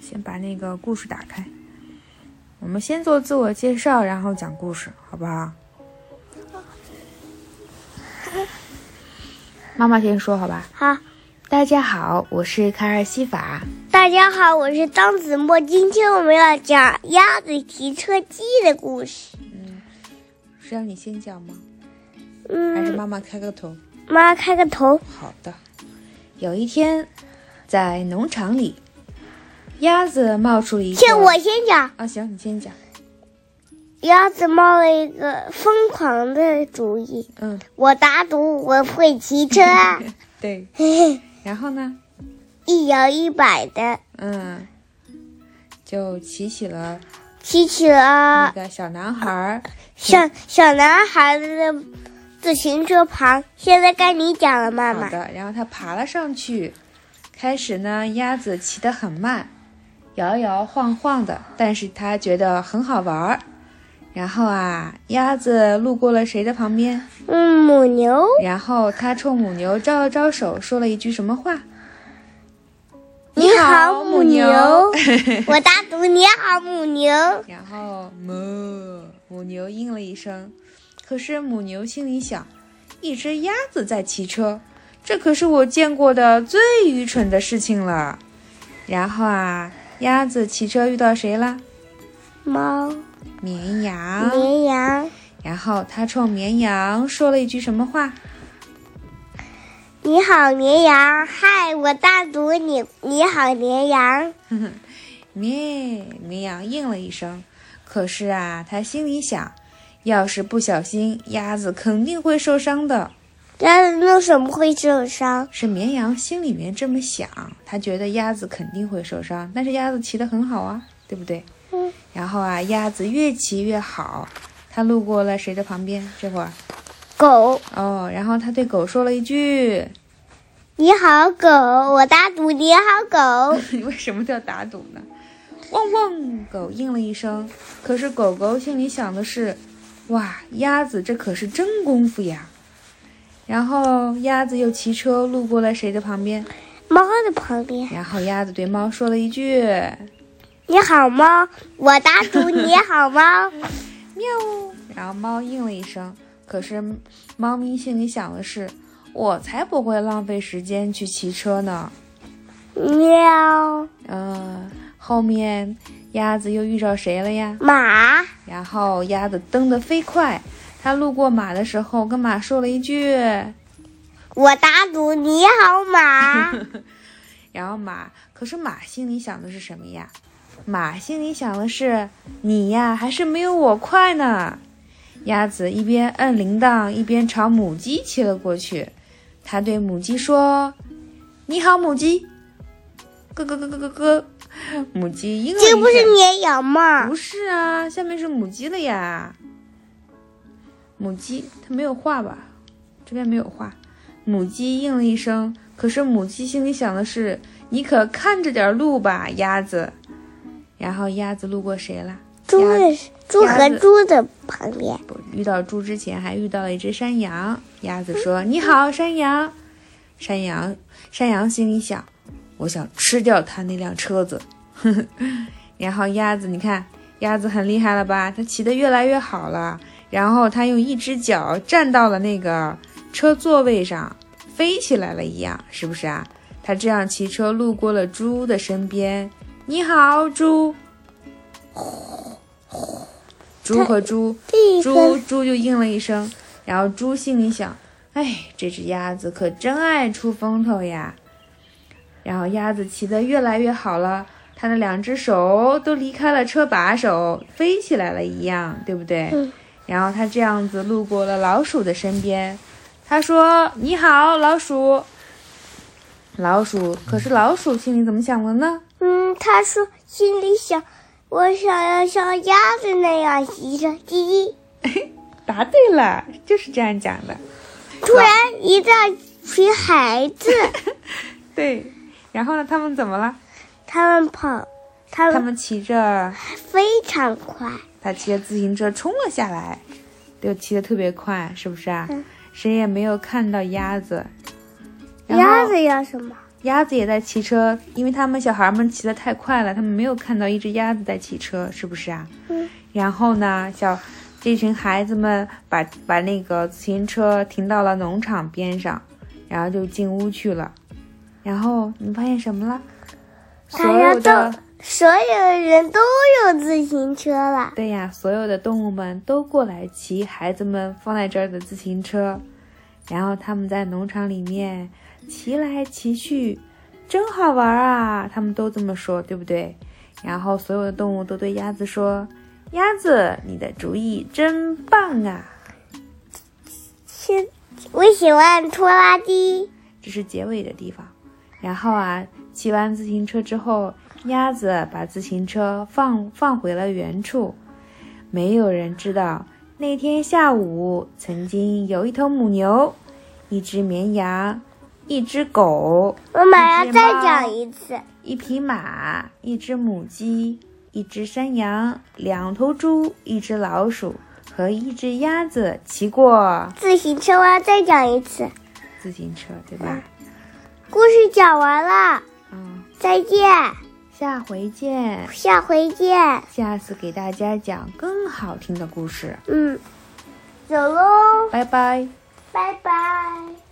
先把那个故事打开。我们先做自我介绍，然后讲故事，好不好？ 妈妈先说，好吧？好，大家好，我是卡尔西法。大家好，我是张子墨，今天我们要讲鸭子提车机的故事。是让你先讲吗？还是嗯，妈妈开个头？妈开个头。好的。有一天，在农场里，鸭子冒出了一个……先我先讲，啊，行，你先讲。鸭子冒了一个疯狂的主意，嗯，我打赌我会骑车， 对。然后呢？一摇一摆的嗯，就骑起了骑起了那个小男孩儿。小小男孩的自行车旁。现在该你讲了，妈好妈。的，然后他爬了上去。开始呢，鸭子骑得很慢，摇摇晃晃的，但是他觉得很好玩儿。然后啊，鸭子路过了谁的旁边？嗯，母牛然后他冲母牛招了招手，说了一句什么话？好，母牛。 我打赌你好，母牛。然后母母牛应了一声，可是母牛心里想，一只鸭子在骑车，这可是我见过的最愚蠢的事情了。然后啊，鸭子骑车遇到谁了？猫、绵羊。绵羊，然后它冲绵羊说了一句什么话？你好，绵羊。嗨，我打赌你你好，绵羊。咩！绵羊应了一声。可是啊，它心里想，要是不小心，鸭子肯定会受伤的。鸭子弄什么会受伤？是绵羊心里面这么想，他觉得鸭子肯定会受伤，但是鸭子骑得很好啊，对不对？嗯。然后啊，鸭子越骑越好，它路过了谁的旁边？这会儿狗，哦，然后它对狗说了一句 你好，狗。我打赌你好，：“狗。你为什么叫打赌呢？”汪汪，狗应了一声。可是狗狗心里想的是：“哇，鸭子这可是真功夫呀！”然后鸭子又骑车路过了谁的旁边？猫的旁边，然后鸭子对猫说了一句：“你好，猫。我打赌你好，猫。喵。然后猫应了一声，可是猫咪心里想的是：我才不会浪费时间去骑车呢。喵，嗯，后面鸭子又遇着谁了呀？马，然后鸭子蹬得飞快，它路过马的时候跟马说了一句，我打赌你好，马。然后马，可是马心里想的是什么呀？马心里想的是你呀，还是没有我快呢。鸭子一边摁铃铛，一边朝母鸡骑了过去。它对母鸡说：“你好，母鸡。”咯咯咯咯咯咯，母鸡应了一这声。不是绵羊吗不？是啊，下面是母鸡了呀。母鸡它没有画吧？这边没有画。母鸡应了一声，可是母鸡心里想的是：你可看着点路吧，鸭子。然后鸭子路过谁了？猪的猪鸭和子猪的旁边，不遇到猪之前还遇到了一只山羊。鸭子说：“你好，山羊。”山羊山羊心里想：“我想吃掉它那辆车子。” 呵呵。然后鸭子，你看鸭子很厉害了吧？它骑得越来越好了。然后它用一只脚站到了那个车座位上，飞起来了一样，是不是啊？它这样骑车路过了猪的身边。你好，猪。猪和猪这猪个猪就应了一声，然后猪心里想：“哎，这只鸭子可真爱出风头呀。”然后鸭子骑得越来越好了，它的两只手都离开了车把手，飞起来了一样，对不对？嗯然后它这样子路过了老鼠的身边，它说：“你好，老鼠。”老鼠可是老鼠心里怎么想的呢？ 嗯，他说心里想，我想要像鸭子那样骑着鸡。哎答对了，就是这样讲的。突然一大群孩子，对，然后呢？他们怎么了？他们跑，他他们们骑着非常快，他骑着自行车冲了下来，就骑得特别快，是不是啊？嗯谁也没有看到鸭子。然后鸭子要什么？鸭子也在骑车，因为他们小孩们骑得太快了，他们没有看到一只鸭子在骑车，是不是啊？嗯。然后呢，小这群孩子们把把那个自行车停到了农场边上，然后就进屋去了。然后你发现什么了？所大家有的都所有人都有自行车了，对呀，所有的动物们都过来骑孩子们放在这儿的自行车，然后他们在农场里面骑来骑去，真好玩啊！他们都这么说，对不对？然后所有的动物都对鸭子说：“鸭子，你的主意真棒啊现我喜欢拖拉机，！”这是结尾的地方。然后啊，骑完自行车之后，鸭子把自行车放放回了原处。没有人知道，那天下午曾经有一头母牛、一只绵羊、一只狗、我马上一只猫再讲一次。一匹马、一只母鸡、一只山羊、两头猪、一只老鼠和一只鸭子骑过自行车，我要再讲一次。自行车，对吧？故事讲完了，嗯，再见，下回见，下回见。下次给大家讲更好听的故事，嗯，走喽，拜拜。拜拜。